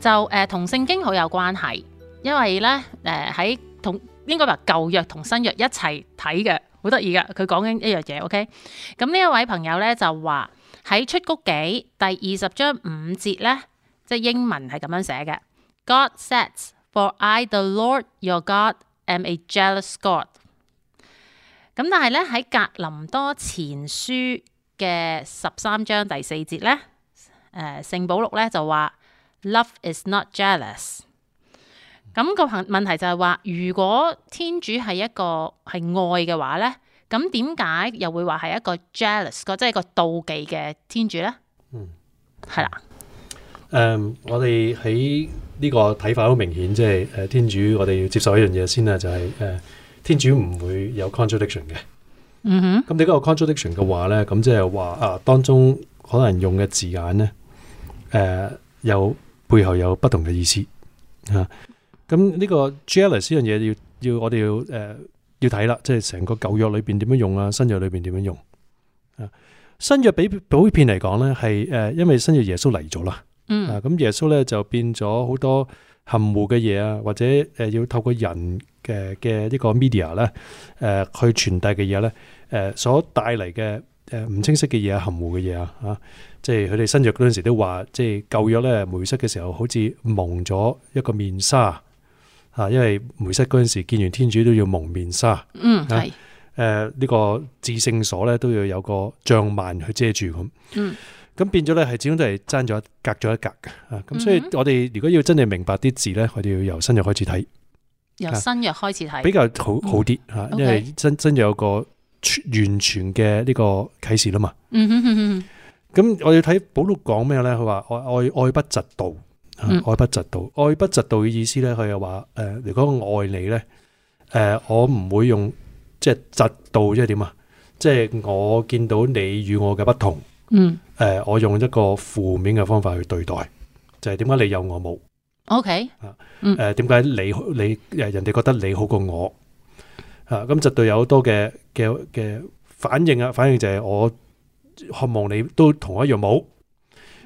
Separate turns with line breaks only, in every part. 就誒同、聖經好有關係，因為呢，誒喺同應該話舊約同新約一齊睇嘅，好得意㗎。佢講緊一樣嘢，OK。咁呢一位朋友呢，就話喺出谷記第二十章五節呢，即係英文係咁樣寫嘅：God says, For I, the Lord your God, am a jealous God。咁但係咧喺格林多前書嘅十三章第四節咧，誒、呃、聖保祿咧就話：Love is not jealous。咁個問問題就係話，如果天主係一個係愛嘅話咧，咁點解又會話係一個 jealous 個即係一個妒忌嘅天主咧？
嗯，
係啦，
誒、嗯我哋喺呢個睇法好明顯，即係誒天主，我哋要接受一樣嘢先啦，啊就係、誒、天主唔會有 contradiction 嘅。
嗯哼，
咁你嗰個 contradiction 嘅話咧，咁即係話啊，當中可能用嘅字眼咧，誒、有背後有不同嘅意思啊。咁呢個 jealous 呢樣嘢要要我哋要誒、要睇啦，即係成個舊約裏邊點樣用啊，新約裏邊點樣用啊。新約比普遍嚟講咧，係誒、呃因為新約耶穌嚟咗啦。啊，
嗯
咁耶穌咧就變咗好多含糊嘅嘢啊，或者誒、呃要透過人嘅嘅呢個 media 咧，誒、去傳遞嘅嘢咧，誒、所帶嚟嘅誒唔清晰嘅嘢啊，含糊嘅嘢啊，啊，即係佢哋新約嗰陣時都話，即係舊約咧梅瑟嘅時候好似蒙咗一個面紗啊，因為梅瑟嗰陣時見完天主都要蒙面紗。
嗯係，
呃誒呢、個至聖所咧都要有個帳幔去遮住咁。
嗯。
咁變咗咧係始終都係爭咗一隔咗一隔嘅啊！咁所以
嗯哼
我哋如果要真係明白啲字咧，我哋要由新約開始睇，
由
啊
新約開始
比
睇，
較好好啲嚇，因為
嗯 OK
真真有個全完全嘅呢個啟示啦嘛。
嗯哼哼哼，
咁我要睇保祿講咩咧？佢話愛愛愛不嫉妒，啊
嗯
愛不嫉妒，愛不嫉妒嘅意思咧，佢又話誒，如果我愛你咧，誒、我唔會用即係嫉妒，即係點啊？即係我見到你與我嘅不同，誒、呃
嗯
我用一個負面嘅方法去對待，就係點解你有我冇？
，OK，
誒點解你你誒人哋覺得你好過我啊？咁就對有好多嘅嘅嘅反應啊，反應就係我渴望你都同我一樣冇，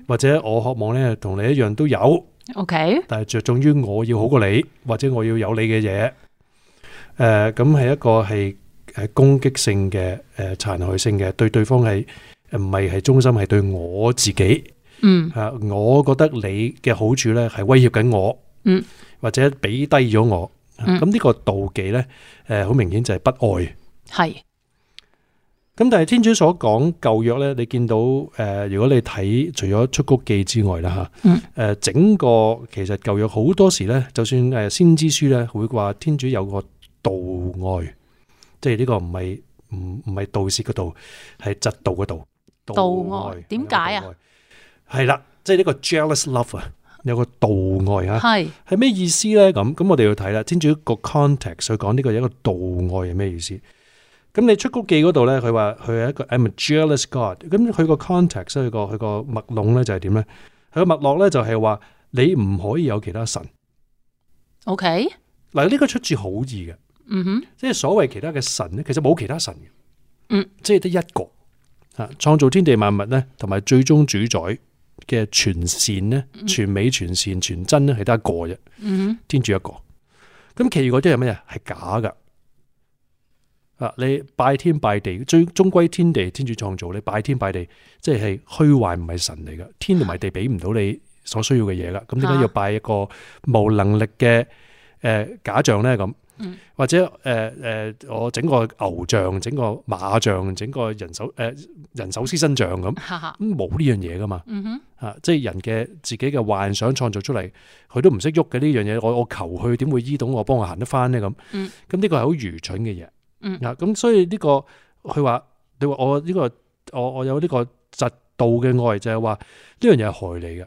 或者我渴望咧同你一樣都有，
OK，
但係着重於我要好過你，或者我要有你嘅嘢。誒咁係一個係誒攻擊性嘅誒殘害性嘅，對對方係唔係係中心係對我自己。
嗯
啊，我覺得你嘅好處咧係威脅緊我，
嗯，
或者俾低咗我，啊
嗯
咁呢、個妒忌咧，誒、好明顯就係不愛。
係，
咁但係天主所講舊約咧，你見到誒、呃如果你睇除咗出谷記之外啦嚇，誒、
嗯
整個其實舊約好多時咧，就算誒先知書咧，會話天主有個道愛，即係呢個唔係唔唔係盜竊嘅道，係嫉妒嘅道。
道愛點解啊
有個道愛？係啦，即係呢個 jealous love 啊，有個道愛啊，
係，
係咩意思咧？咁咁我哋要睇啦，天主個 context 佢講呢個一個道愛係咩意思？咁你出谷記嗰度咧，佢話佢係一個 I'm a jealous God。咁佢個 context 佢個佢個脈絡咧就係點咧？佢個脈絡咧就係話你唔可以有其他神。
OK，
嗱，呢個出自好意嘅，
嗯哼，
即係所謂其他嘅神咧，其實冇其他神嘅，
嗯，
即係得一個啊，創造天地萬物咧，同埋最終主宰嘅全善咧、全美、全善、全真咧，係得一個啫。
嗯哼，
天主一個。咁其餘嗰啲係乜嘢？係假噶。啊，你拜天拜地，最終歸天地，天主創造你拜天拜地，即係虛幻，唔係神嚟噶。天同埋地俾唔到你所需要嘅嘢噶。咁點解要拜一個無能力嘅誒、呃假象咧？咁
嗯
或者誒誒、呃呃我整個牛像、整個馬像、整個人手誒、呃人手獅身像咁，
哈哈，
咁冇呢樣嘢噶嘛。
嗯哼，
啊，即係人嘅自己嘅幻想創造出嚟，佢都唔識喐嘅呢樣嘢，我我求佢點會醫到我，幫我行得翻呢？咁？
嗯
咁呢個係好愚蠢嘅嘢。
嗯
啊，咁所以呢、個佢話你話我呢、個我我有呢個嫉妒嘅愛，就係話呢樣嘢係害你嘅。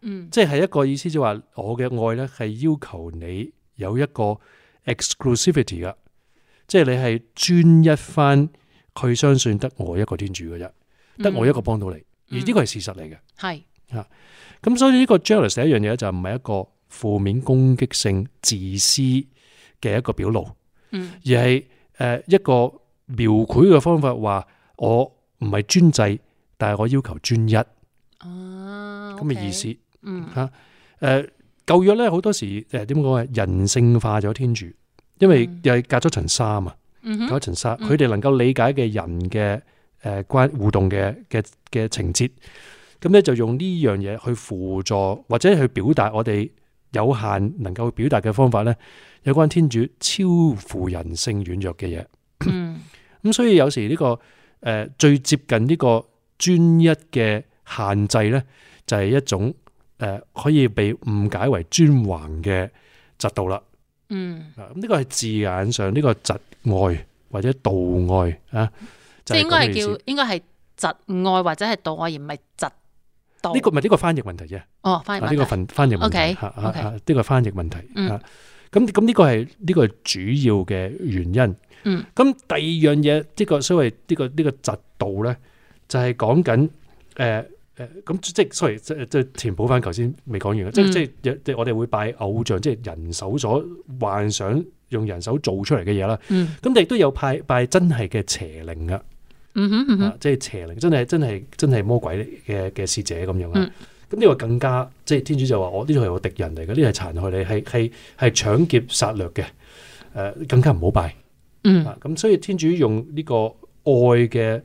嗯
即係一個意思，就話我嘅愛咧係要求你有一個 exclusivity 噶，即係你係專一翻佢相信得我一個天主嘅啫，得
嗯
我一個幫到你，而呢個係事實嚟嘅。
係
咁所以呢個 jealous 第一樣嘢就唔係一個負面攻擊性自私嘅一個表露，
嗯
而係誒一個描繪嘅方法，話我唔係專制，但係我要求專一咁
啊
嘅意思。呃
嗯
吓誒舊約咧好多時誒點講啊，人性化咗天主，因為
嗯
又係隔咗層沙啊，
嗯
隔
哼
咗層沙，
嗯
佢哋能夠理解嘅人嘅誒關互動嘅嘅嘅情節，咁咧就用呢樣嘢去輔助或者去表達我哋有限能夠表達嘅方法咧，有關天主超乎人性軟弱嘅嘢。
嗯
咁所以有時呢、個誒、呃最接近呢個專一嘅限制咧，就係、一種誒、呃可以被誤解為專橫嘅嫉妒啦。
嗯，
啊，咁呢個係字眼上呢、個窒愛或者道愛啊，
即
係
係應該
咁嘅意思
係叫應該係窒愛或者係道愛，而唔係窒道。
呢個唔係呢個翻譯問題啫，
哦，翻譯
啊呢個
問題
翻翻譯問
OK，
題嚇啊
OK
啊呢個翻譯問題
嗯
啊。咁咁呢個係呢個係主要嘅原因。
嗯
咁第二樣嘢，呢個所謂呢個呢個窒度咧，就係講緊誒誒呃咁即係 sorry 即即係填補翻頭先未講完嘅，即
嗯
即係即係我哋會拜偶像，即係人手所幻想用人手做出嚟嘅嘢啦。
嗯
咁亦都有拜拜真係嘅邪靈噶。
嗯哼嗯
啊
哼，
即係邪靈，真係真係真係魔鬼嘅嘅使者咁樣啊
嗯！
咁呢個更加即係天主就話：我呢度係我敵人嚟嘅，呢度係殘害你，係係係搶劫殺掠嘅。誒、呃更加唔好拜
嗯
啊！咁所以天主用呢個愛嘅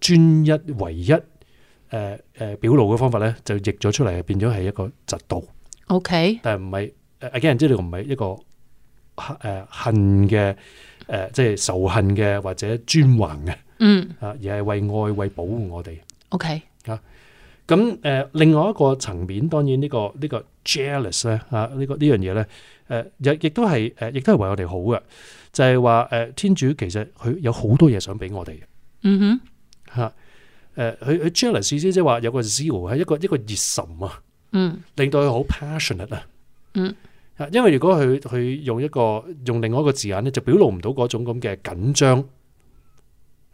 專一唯一誒誒、呃表露嘅方法咧，就譯咗出嚟，變咗係一個嫉妒，
，OK，
但係唔係誒 again，即係呢個唔係一個誒、呃恨嘅誒、呃即係仇恨嘅或者專橫嘅
嗯
啊，而係為愛為保護我哋。
，OK，
咁誒、呃另外一個層面，當然呢、個呢、個 jealous 咧啊，呢、個呢樣嘢咧誒，亦亦都係誒，亦都係為我哋好嘅，就係話誒，天主其實佢有好多嘢想俾我哋嘅
嗯哼，
嚇誒，佢佢 jealous 意思即係話有個 zeal 係一個一個熱忱啊，
嗯
令到佢好 passionate 啊。
嗯
啊，因為如果佢佢用一個用另外一個字眼咧，就表露唔到嗰種咁嘅緊張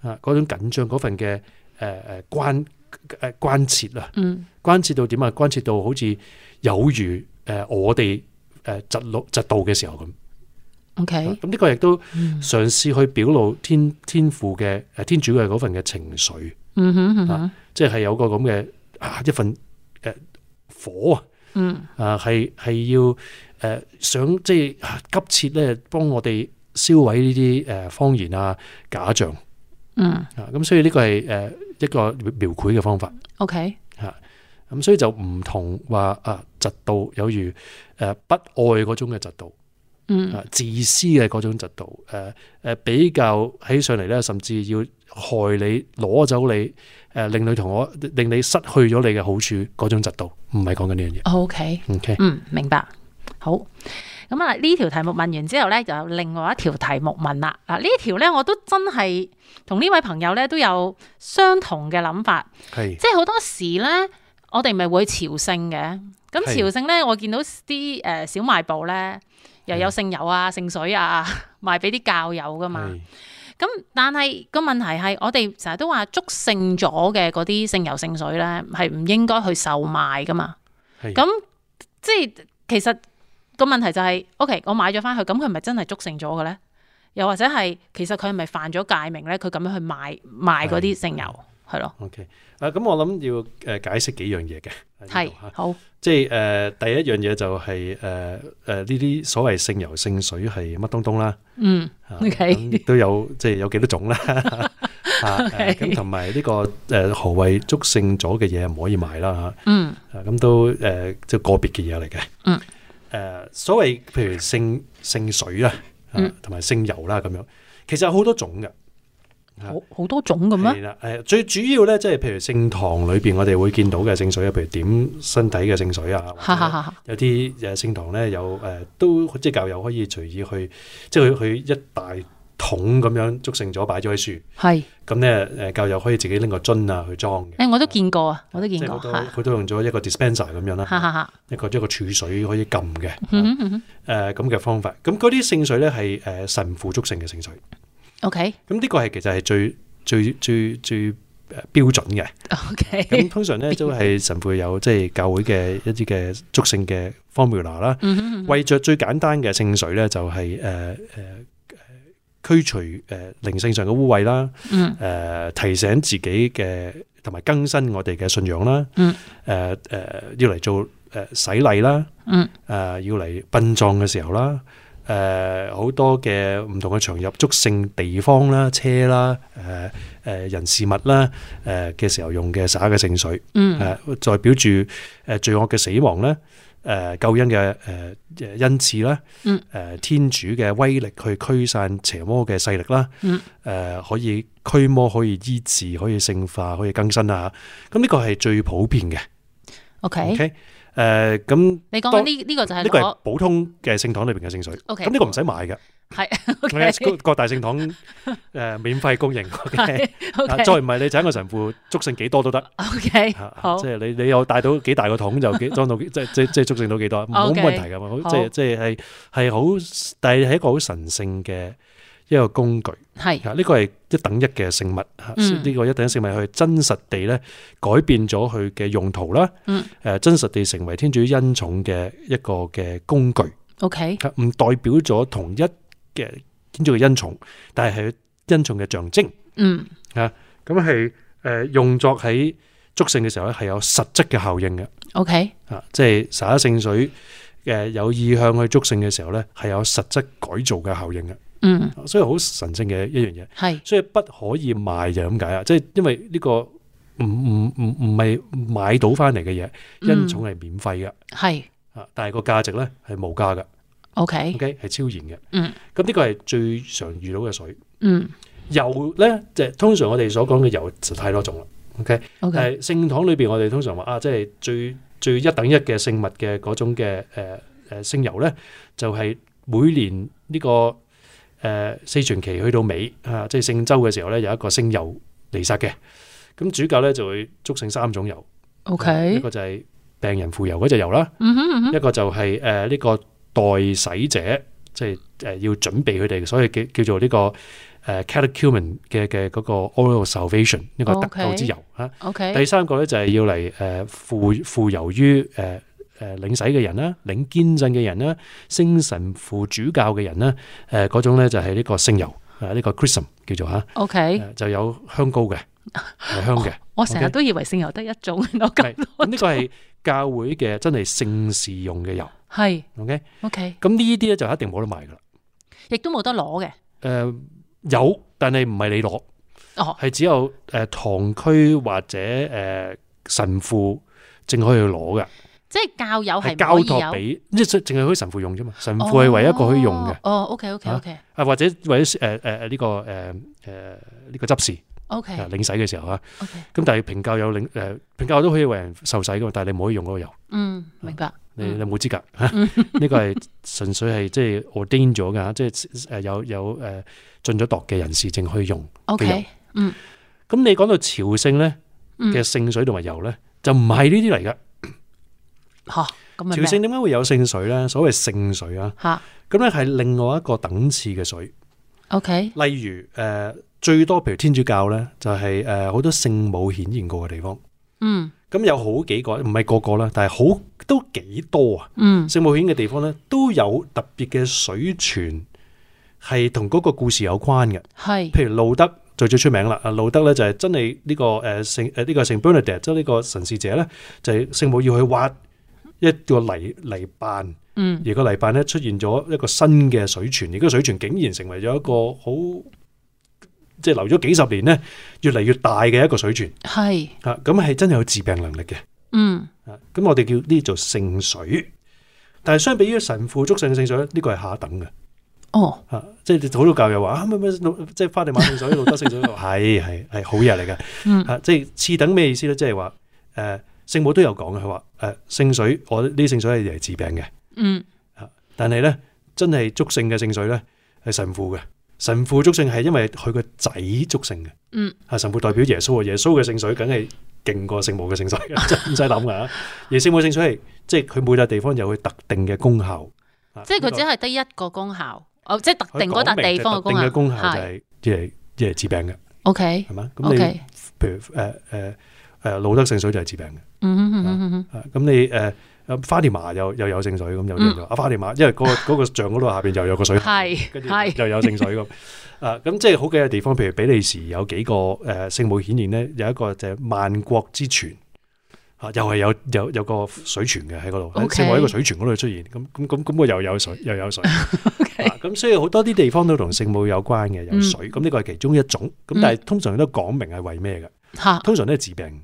啊，嗰種緊張嗰份嘅誒誒關誒關切啊。
嗯
關切到點啊？關切到好似有如誒、呃我哋誒窒路窒道嘅時候咁。
，OK，
咁呢個亦都
嗯
嘗試去表露天天父嘅誒天主嘅嗰份嘅情緒，
嗯哼嗯哼，
即係有個咁嘅啊一份誒、呃火啊
嗯
啊係係要誒、呃想即係啊急切咧幫我哋燒毀呢啲誒謊言啊假象
嗯
啊咁，所以呢個係誒、呃一個描繪嘅方法。
，OK，
咁所以就唔同話啊嫉妒有如誒、呃不愛嗰種嘅嫉妒，
嗯
啊自私嘅嗰種嫉妒，誒、呃、誒、比較起上嚟咧，甚至要害你攞走你誒、呃令你同我令你失去咗你嘅好處嗰種嫉妒，唔係講緊呢樣嘢。
，OK。
OK，
嗯，明白。好，咁啊呢條題目問完之後咧，就有另外一條題目問啦。嗱呢條咧我都真係同呢位朋友咧都有相同嘅諗法，
係
即係好多時咧，我哋咪會朝聖嘅。咁
係
朝聖咧，我見到啲誒小賣部咧，又有聖油啊、聖水啊， 賣俾啲教友噶嘛。
係
咁但係個問題係，我哋成日都話祝聖咗嘅嗰啲聖油聖水咧，係唔應該去售賣噶嘛。
係
咁即係其實個問題就係、o k 我買咗翻去，咁佢係咪真係祝聖咗嘅咧？又或者係其實佢係咪犯咗戒名咧？佢咁樣去賣賣嗰啲聖油，係咯，
OK。啊，咁我諗要誒、呃解釋幾樣嘢嘅，喺呢
係
度嚇
好，
即係誒、呃第一樣嘢就係誒誒呢啲所謂聖油聖水係乜東 東啦。
嗯
啊
OK
咁亦都有即係有幾多 種啦。 啊
OK
咁同埋呢個誒何謂祝聖咗嘅嘢唔可以買啦
嗯
嚇，啊咁都誒即係個別嘅嘢嚟嘅。
嗯。
誒所謂譬如聖聖水啦，啊
嗯
同埋聖油啦咁樣，其實有好多種嘅。啊
好好多種咁
係
咩？
啦，誒最主要咧，即係譬如聖堂裏邊我哋會見到嘅聖水啊，譬如點身體嘅聖水啊，或者
哈哈哈哈！
有啲誒聖堂咧有誒、呃都即係教友可以隨意去，即係佢佢一大桶咁樣捉成咗擺咗喺樹，
係，
咁咧誒教友可以自己拎個樽啊去裝嘅。
誒我都見過啊，我都
即
見
係
過，
佢都
係啊
佢都用咗一個 dispenser 咁樣
哈
啦，
哈哈，
一個一個儲水可以撳嘅
嗯哼嗯哼
誒咁嘅方法。咁嗰啲聖水咧係誒神父祝聖嘅聖水，
，OK
咁呢個係其實係最最最最誒標準嘅。咁
OK，
通常咧都係神父有即係教會嘅一啲嘅祝聖嘅 formula 啦。
嗯哼嗯哼
為着最簡單嘅聖水咧，就係誒誒誒驅除誒靈性上嘅污穢啦，
嗯
誒、提醒自己嘅同埋更新我哋嘅信仰啦，誒
嗯
誒、要嚟做誒、洗禮啦，
嗯
誒、要嚟殯葬嘅時候啦。誒好、多嘅唔同嘅場入祝聖地方啦、車啦、誒、誒人事物啦、誒、嘅時候用嘅灑嘅聖水，
嗯
誒、代呃表住誒罪惡嘅死亡咧，誒、救恩嘅誒誒恩賜啦，誒、
嗯
天主嘅威力去驅散邪魔嘅勢力啦，誒、
嗯
可以驅魔，可以醫治，可以聖化，可以更新啊！咁呢個係最普遍嘅。
，OK，
OK，誒咁
你講緊
當
呢呢個就係
呢個係
攞
普通嘅聖堂裏邊嘅聖水，
OK，
咁呢個唔使買嘅，
係
係
OK
啊各大聖堂誒免費供應。OK，
係 OK
啊再唔係你請個神父祝聖幾多都得。
OK
嚇
好
即係你你有帶到幾大個桶就 幾裝到幾即係即係即係足剩到幾多，冇
OK，
問題噶嘛。好
好
即係即係係係好，但係係一個好神聖嘅一個工具
係
嚇。呢個係一等一嘅聖物嚇，
嗯
呢個一等一聖物去真實地咧改變咗佢嘅用途啦。
嗯
誒，真實地成為天主恩寵嘅一個嘅工具，
OK
嚇唔代表咗同一嘅天主嘅恩寵，但係係佢恩寵嘅象徵。
嗯
咁係誒用作喺祝聖嘅時候咧，係有實質嘅效應嘅。
OK
啊，即係灑聖水誒有意向去祝聖嘅時候咧，係有實質改造嘅效應嘅，
嗯
所以好神聖嘅一樣嘢，
係
所以不可以賣就係咁解啊！即係因為呢個唔唔唔唔係買到翻嚟嘅嘢，
嗯
恩寵係免費嘅。
係
啊！但係個價值咧係無價嘅
OK
，OK 係超然嘅。
嗯，
咁呢個係最常遇到嘅水。
嗯
油咧，即係通常我哋所講嘅油就太多種啦。OK，
OK
但係聖堂裏邊，我哋通常話啊，即係最最一等一嘅聖物嘅嗰種嘅誒誒聖油咧，就係、每年呢、個誒、呃四傳期去到尾啊，即係聖周嘅時候咧，有一個聖油彌撒嘅。咁主教咧就會祝聖三種油
OK
一個就係病人傅油嗰只油啦，
嗯哼嗯哼
一個就係誒呢個代洗者，即係誒要準備佢哋，所以叫叫做呢、個誒 catechumen 嘅嘅嗰個 oil salvation 呢個得救之油啊。
OK
第三個咧就係要嚟誒附附由於誒誒領洗嘅人啦、領堅振嘅人啦、聖神父主教嘅人啦，誒嗰種咧就係呢個聖油啊，呢個 chrism 叫做嚇，
OK，
誒就有香膏 嘅，係香嘅。
我成日
OK
都以為聖油得一種， 我
係
咁
咁呢個係教會嘅真係聖事用嘅油。
係
OK，
OK，
咁呢啲咧就一定冇得賣噶啦。
亦都冇得攞嘅。
誒有，但係唔係你攞，
哦
係只有誒堂區或者誒神父正可以去攞嘅。
即係教友哦係
係
唔
交
可以
託
有
俾，即係淨係可以神父用啫嘛，神父係唯一一個可以用嘅
哦，哦，OK OK
啊
OK
啊或者或者誒誒誒呢個誒誒呢個執事啊
OK
領洗嘅時候啊，
OK，
咁但係評教有領誒評教都可以為人受洗噶嘛，但係你唔可以用嗰個油，
嗯，明白。
你
嗯
你冇資 格 嚇，呢個係純粹係即係 ordain 咗㗎，即係誒有有誒進咗度嘅人士正可以用。
OK，
咁你講到朝聖咧
嗯
嘅聖水同埋油咧，就唔係呢啲嚟㗎。
吓咁咪
朝
咩？
聖點解會有聖水咧？所謂聖水啊，
吓
咁咧係另外一個等次嘅水。
OK，
例如誒、呃最多譬如天主教咧，就係誒好多聖母顯現過嘅地方。
嗯
咁有好幾個，唔係個個啦，但係好都幾多啊！
嗯
聖母顯嘅地方咧，都有特別嘅水泉，係同嗰個故事有關嘅。
係
譬如路德最最出名啦，啊路德咧就係真係呢個誒呃聖誒呢個聖 Bernadette，即係呢個神視者咧，就係聖母要去挖一個泥泥辦。
嗯
而個泥板咧出現咗一個新嘅水泉，而個水泉竟然成為咗一個好即係留咗幾十年咧，越嚟越大嘅一個水泉
係
啊！咁係真係有治病能力嘅
嗯
啊！咁我哋叫呢啲做聖水，但係相比於神父祝聖聖水咧，呢個係下等嘅
哦
啊！即係好多教友話啊，乜乜即係花地馬聖水、路德聖水，係係係好嘢嚟嘅。
嗯
啊，即係次等咩意思咧？即係話誒聖母都有講嘅，佢話誒聖水，我呢啲聖水係嚟治病嘅。
嗯
但係咧，真係祝聖嘅聖水咧係神父嘅，神父祝聖係因為佢個仔祝聖嘅，
嗯，
係神父代表耶穌啊，耶穌嘅聖水梗係勁過聖母嘅 聖水嘅，真係唔使諗噶。而聖母聖水係即係佢每笪地方有佢特定嘅功效，啊
即係佢
呢個
只係得一個功效，哦，即係特定嗰
佢講
笪
明
地方嘅
特定嘅
功
功
效，
效就
係
係即係即係治病嘅，
OK
係嘛？咁你
OK，
譬如誒誒誒路德聖水就係治病嘅。
嗯哼嗯哼嗯哼
啊咁你誒誒花地麻又又有聖水咁，有啲人啊花地麻，因為嗰、個嗰個像嗰度下邊又有個水，
係
跟住
係
又有聖 水咁。啊，咁即係好幾個地方，譬如比利時有幾個誒、聖母顯現咧，有一個就係萬國之泉。啊，又係有有有個水泉嘅喺嗰度，喺
OK
聖母喺個水泉嗰度出現，咁咁咁咁我又有水又 有水，啊咁所以好多啲地方都同聖母有關嘅，有
嗯
水，咁呢個係其中一種，咁
嗯
但係通常都講明係為咩嘅，
嚇
通常都係治病。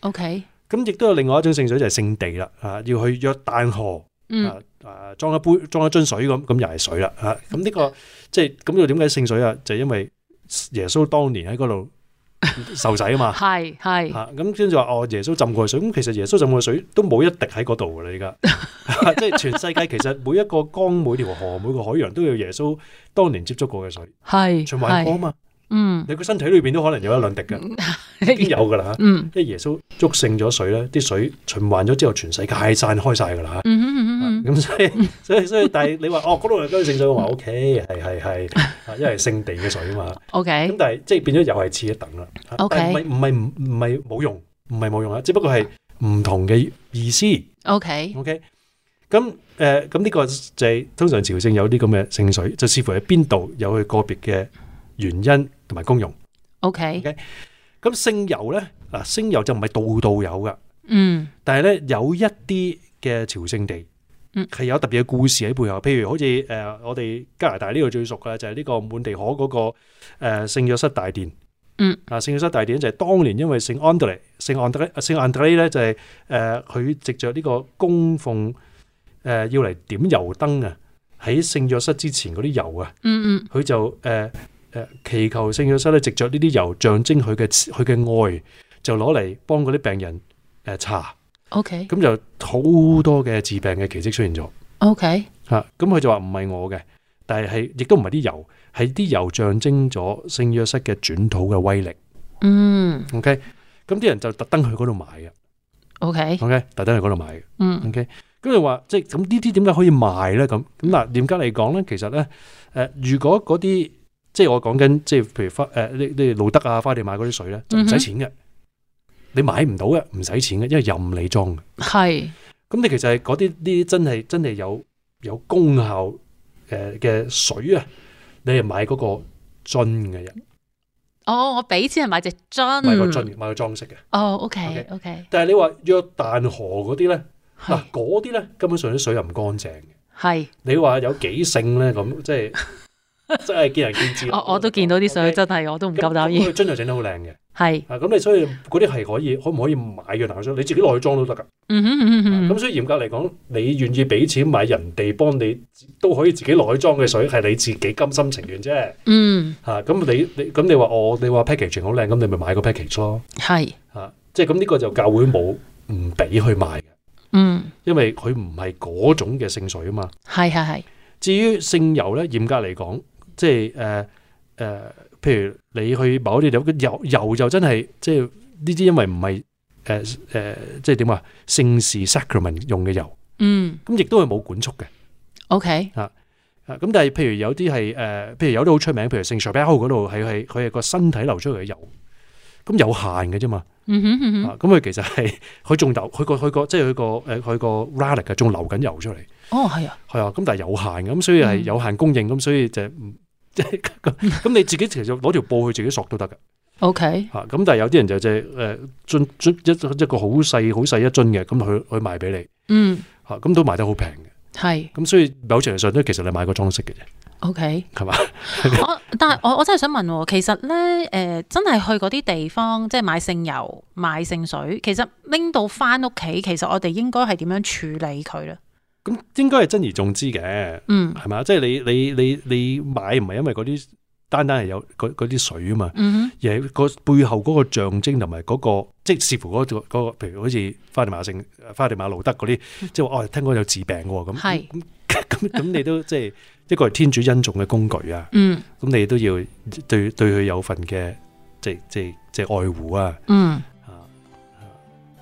OK，
咁亦都有另外一種聖水就係聖地啦，啊，要去約旦河
嗯
啊啊裝一杯裝一樽水咁，咁又係水啦嚇。啊咁呢、個即係咁又點解聖水啊？就因為耶穌當年喺嗰度受洗啊 嘛
係係
嚇。咁跟住話哦，耶穌浸過水，咁其實耶穌浸過水都冇一滴喺嗰度㗎啦， 而家即係全世界其實每一個江、每條河、每個海洋都有耶穌當年接觸過嘅水
係
循環過啊
係
嘛。
嗯
你個身體裏邊都可能有一兩滴嘅，已經有㗎啦嚇。
嗯
因為耶穌祝聖咗水咧，啲水循環咗之後，全世界散開晒㗎啦嚇。
嗯哼嗯哼嗯
咁所以 所以所以，但係你話哦，嗰度係跟聖水，我話 O K，係係係，啊因為聖地嘅水 啊嘛。咁
，OK
但係即係變咗又係次一等啦。啊
OK
但係唔係唔係唔係冇用，唔係冇用啊，只不過係唔同嘅意思。
OK，
O K。咁誒咁呢個就係通常朝聖有啲咁嘅聖水，就視乎喺邊度有佢個別嘅原因同埋功用。
OK，
咁聖油咧，嗱聖油就唔係度度有噶。
嗯
但係咧有一啲嘅朝聖地
嗯
係有特別嘅故事喺背後，譬如好似誒、呃我哋加拿大呢度最熟嘅就係呢個滿地可嗰、個誒、呃、聖約瑟大殿。
嗯，
啊聖約瑟大殿就係當年因為聖安德烈、聖安德烈、聖安德烈咧就係誒佢藉着呢個供奉誒、呃要嚟點油燈啊，喺聖約瑟之前嗰啲油啊，
嗯嗯
佢就誒誒、呃祈求聖約瑟咧藉着呢啲油象徵佢嘅佢嘅愛，就攞嚟幫嗰啲病人誒搽。
OK
咁就好多嘅治病嘅奇蹟出現咗
OK，
嚇。咁佢就話唔係我嘅，但係係亦都唔係啲油，係啲油象徵咗聖約瑟嘅轉土嘅威力。
嗯
OK，咁啲人就特登去嗰度買嘅。
OK，
OK，特登去嗰度買嘅。
嗯
OK，咁你話即係咁呢啲點解可以賣咧？咁咁嗱，嚴格嚟講咧，其實咧誒、呃如果嗰啲即係我講緊即係譬如花誒你你路德啊、花地買嗰啲水咧，就唔
嗯哼
使錢嘅，你買唔到嘅，唔使錢嘅，因為任你裝嘅。
係
咁你其實係嗰啲呢啲真係真係有有功效誒嘅水啊，你係買嗰個樽嘅啫，
哦，我俾錢係買隻樽，
買個樽，買個裝飾嘅。
哦，OK OK，
但係你話約旦河嗰啲咧，
係
嗱嗰啲咧根本上啲水又唔乾淨嘅。
係，
你話有幾聖咧 咁，即係真係見仁見智啦。
我我都見到啲水
OK，
真係我都唔夠膽
咁咁
煙，
佢樽又整得好靚嘅，
係，
啊咁你所以嗰啲係可以可唔可以買約旦河水？你自己內裝都得㗎。
嗯哼嗯哼
咁
嗯
所以嚴格嚟講，你願意俾錢買人哋幫你都可以自己內裝嘅水，係你自己甘心情願啫。
嗯，
嚇、咁你你咁你話哦，你話 package 好靚，咁你咪買個 package 咯。
係，
嚇、即係咁呢個就教會冇唔俾去賣嘅，
嗯，
因為佢唔係嗰種嘅聖水啊嘛。
係係係，
至於聖油咧，嚴格嚟講，即係誒誒，譬如你去某啲地方，油油就真係即係呢啲，因為唔係誒誒，即係點啊，聖事 sacrament 用嘅油，
嗯
咁亦都係冇管束嘅。
，OK，
啊，咁但係譬如有啲係誒，譬如有啲好出名，譬如聖 c h a p e l 嗰度係係佢係個身體流出嚟嘅油，咁有限嘅啫嘛。
嗯哼嗯哼，
啊，咁佢其實係佢仲流，佢個佢個即係佢個誒佢個 relic 嘅仲流緊油出嚟，
哦係啊，
係啊。咁但係有限嘅，咁所以係
嗯
有限供應，咁所以就唔即係咁咁你自己其實攞條布去自己索都得嘅。
OK，
嚇，咁但係有啲人就即係誒樽樽一一個好細好細一樽嘅，咁佢佢賣俾你
嗯，
嚇，咁都賣得好平嘅。
係
咁所以某程度上咧，其實你買個裝飾嘅啫，
OK，
係嘛？
我但係我我真係想問喎，其實咧誒真係去嗰啲地方，即係買聖油、買聖水，其實拎到翻屋企，其實我哋應該係點樣處理佢咧？
咁應該係珍而重之嘅，
嗯
係嘛？即係你你你你買唔係因為嗰啲單單係有嗰嗰啲水啊嘛，
嗯
而係個背後嗰個象徵同埋嗰個，即係視乎嗰、個嗰個譬如好似花地馬聖、花地馬路德嗰啲，即係話哦，聽講有治病喎
哼，
咁，
係，
咁咁你都即係一個係天主恩寵嘅工具啊，
嗯
咁你都要對對佢有份嘅即係即係即係愛護啊。
嗯，
啊啊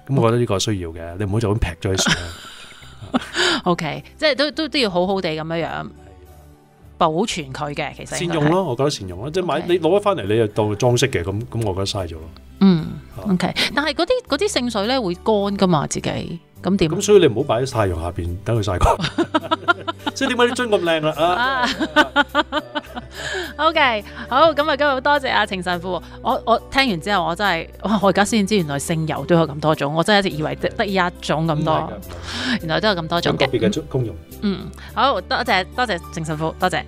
咁我覺得呢個係需要嘅，你唔好就咁劈咗佢算啦。
OK，即係都都都要好好地咁樣樣保存佢嘅，其實
善
應該
用
係。
咯，我覺得善用咯，即係買
OK
你攞咗翻嚟，你就當裝飾嘅，咁咁我覺得嘥咗咯。
嗯
啊
，OK，但係嗰啲嗰啲聖水咧會乾噶嘛，自己咁點啊
咁所以你唔好擺喺太陽下邊等佢 曬乾。 所以點解啲樽咁靚啦？啊，
啊 ，OK，好，咁啊，今日多謝阿程神父，我我聽完之後，我真係，哇！我而家先知原來聖油都有咁多種，我真係一直以為得得一種咁
嗯
多，原來都有咁多
有
種
個別嘅
嘅。
樽功用。
嗯，好多謝多謝程神父，多謝。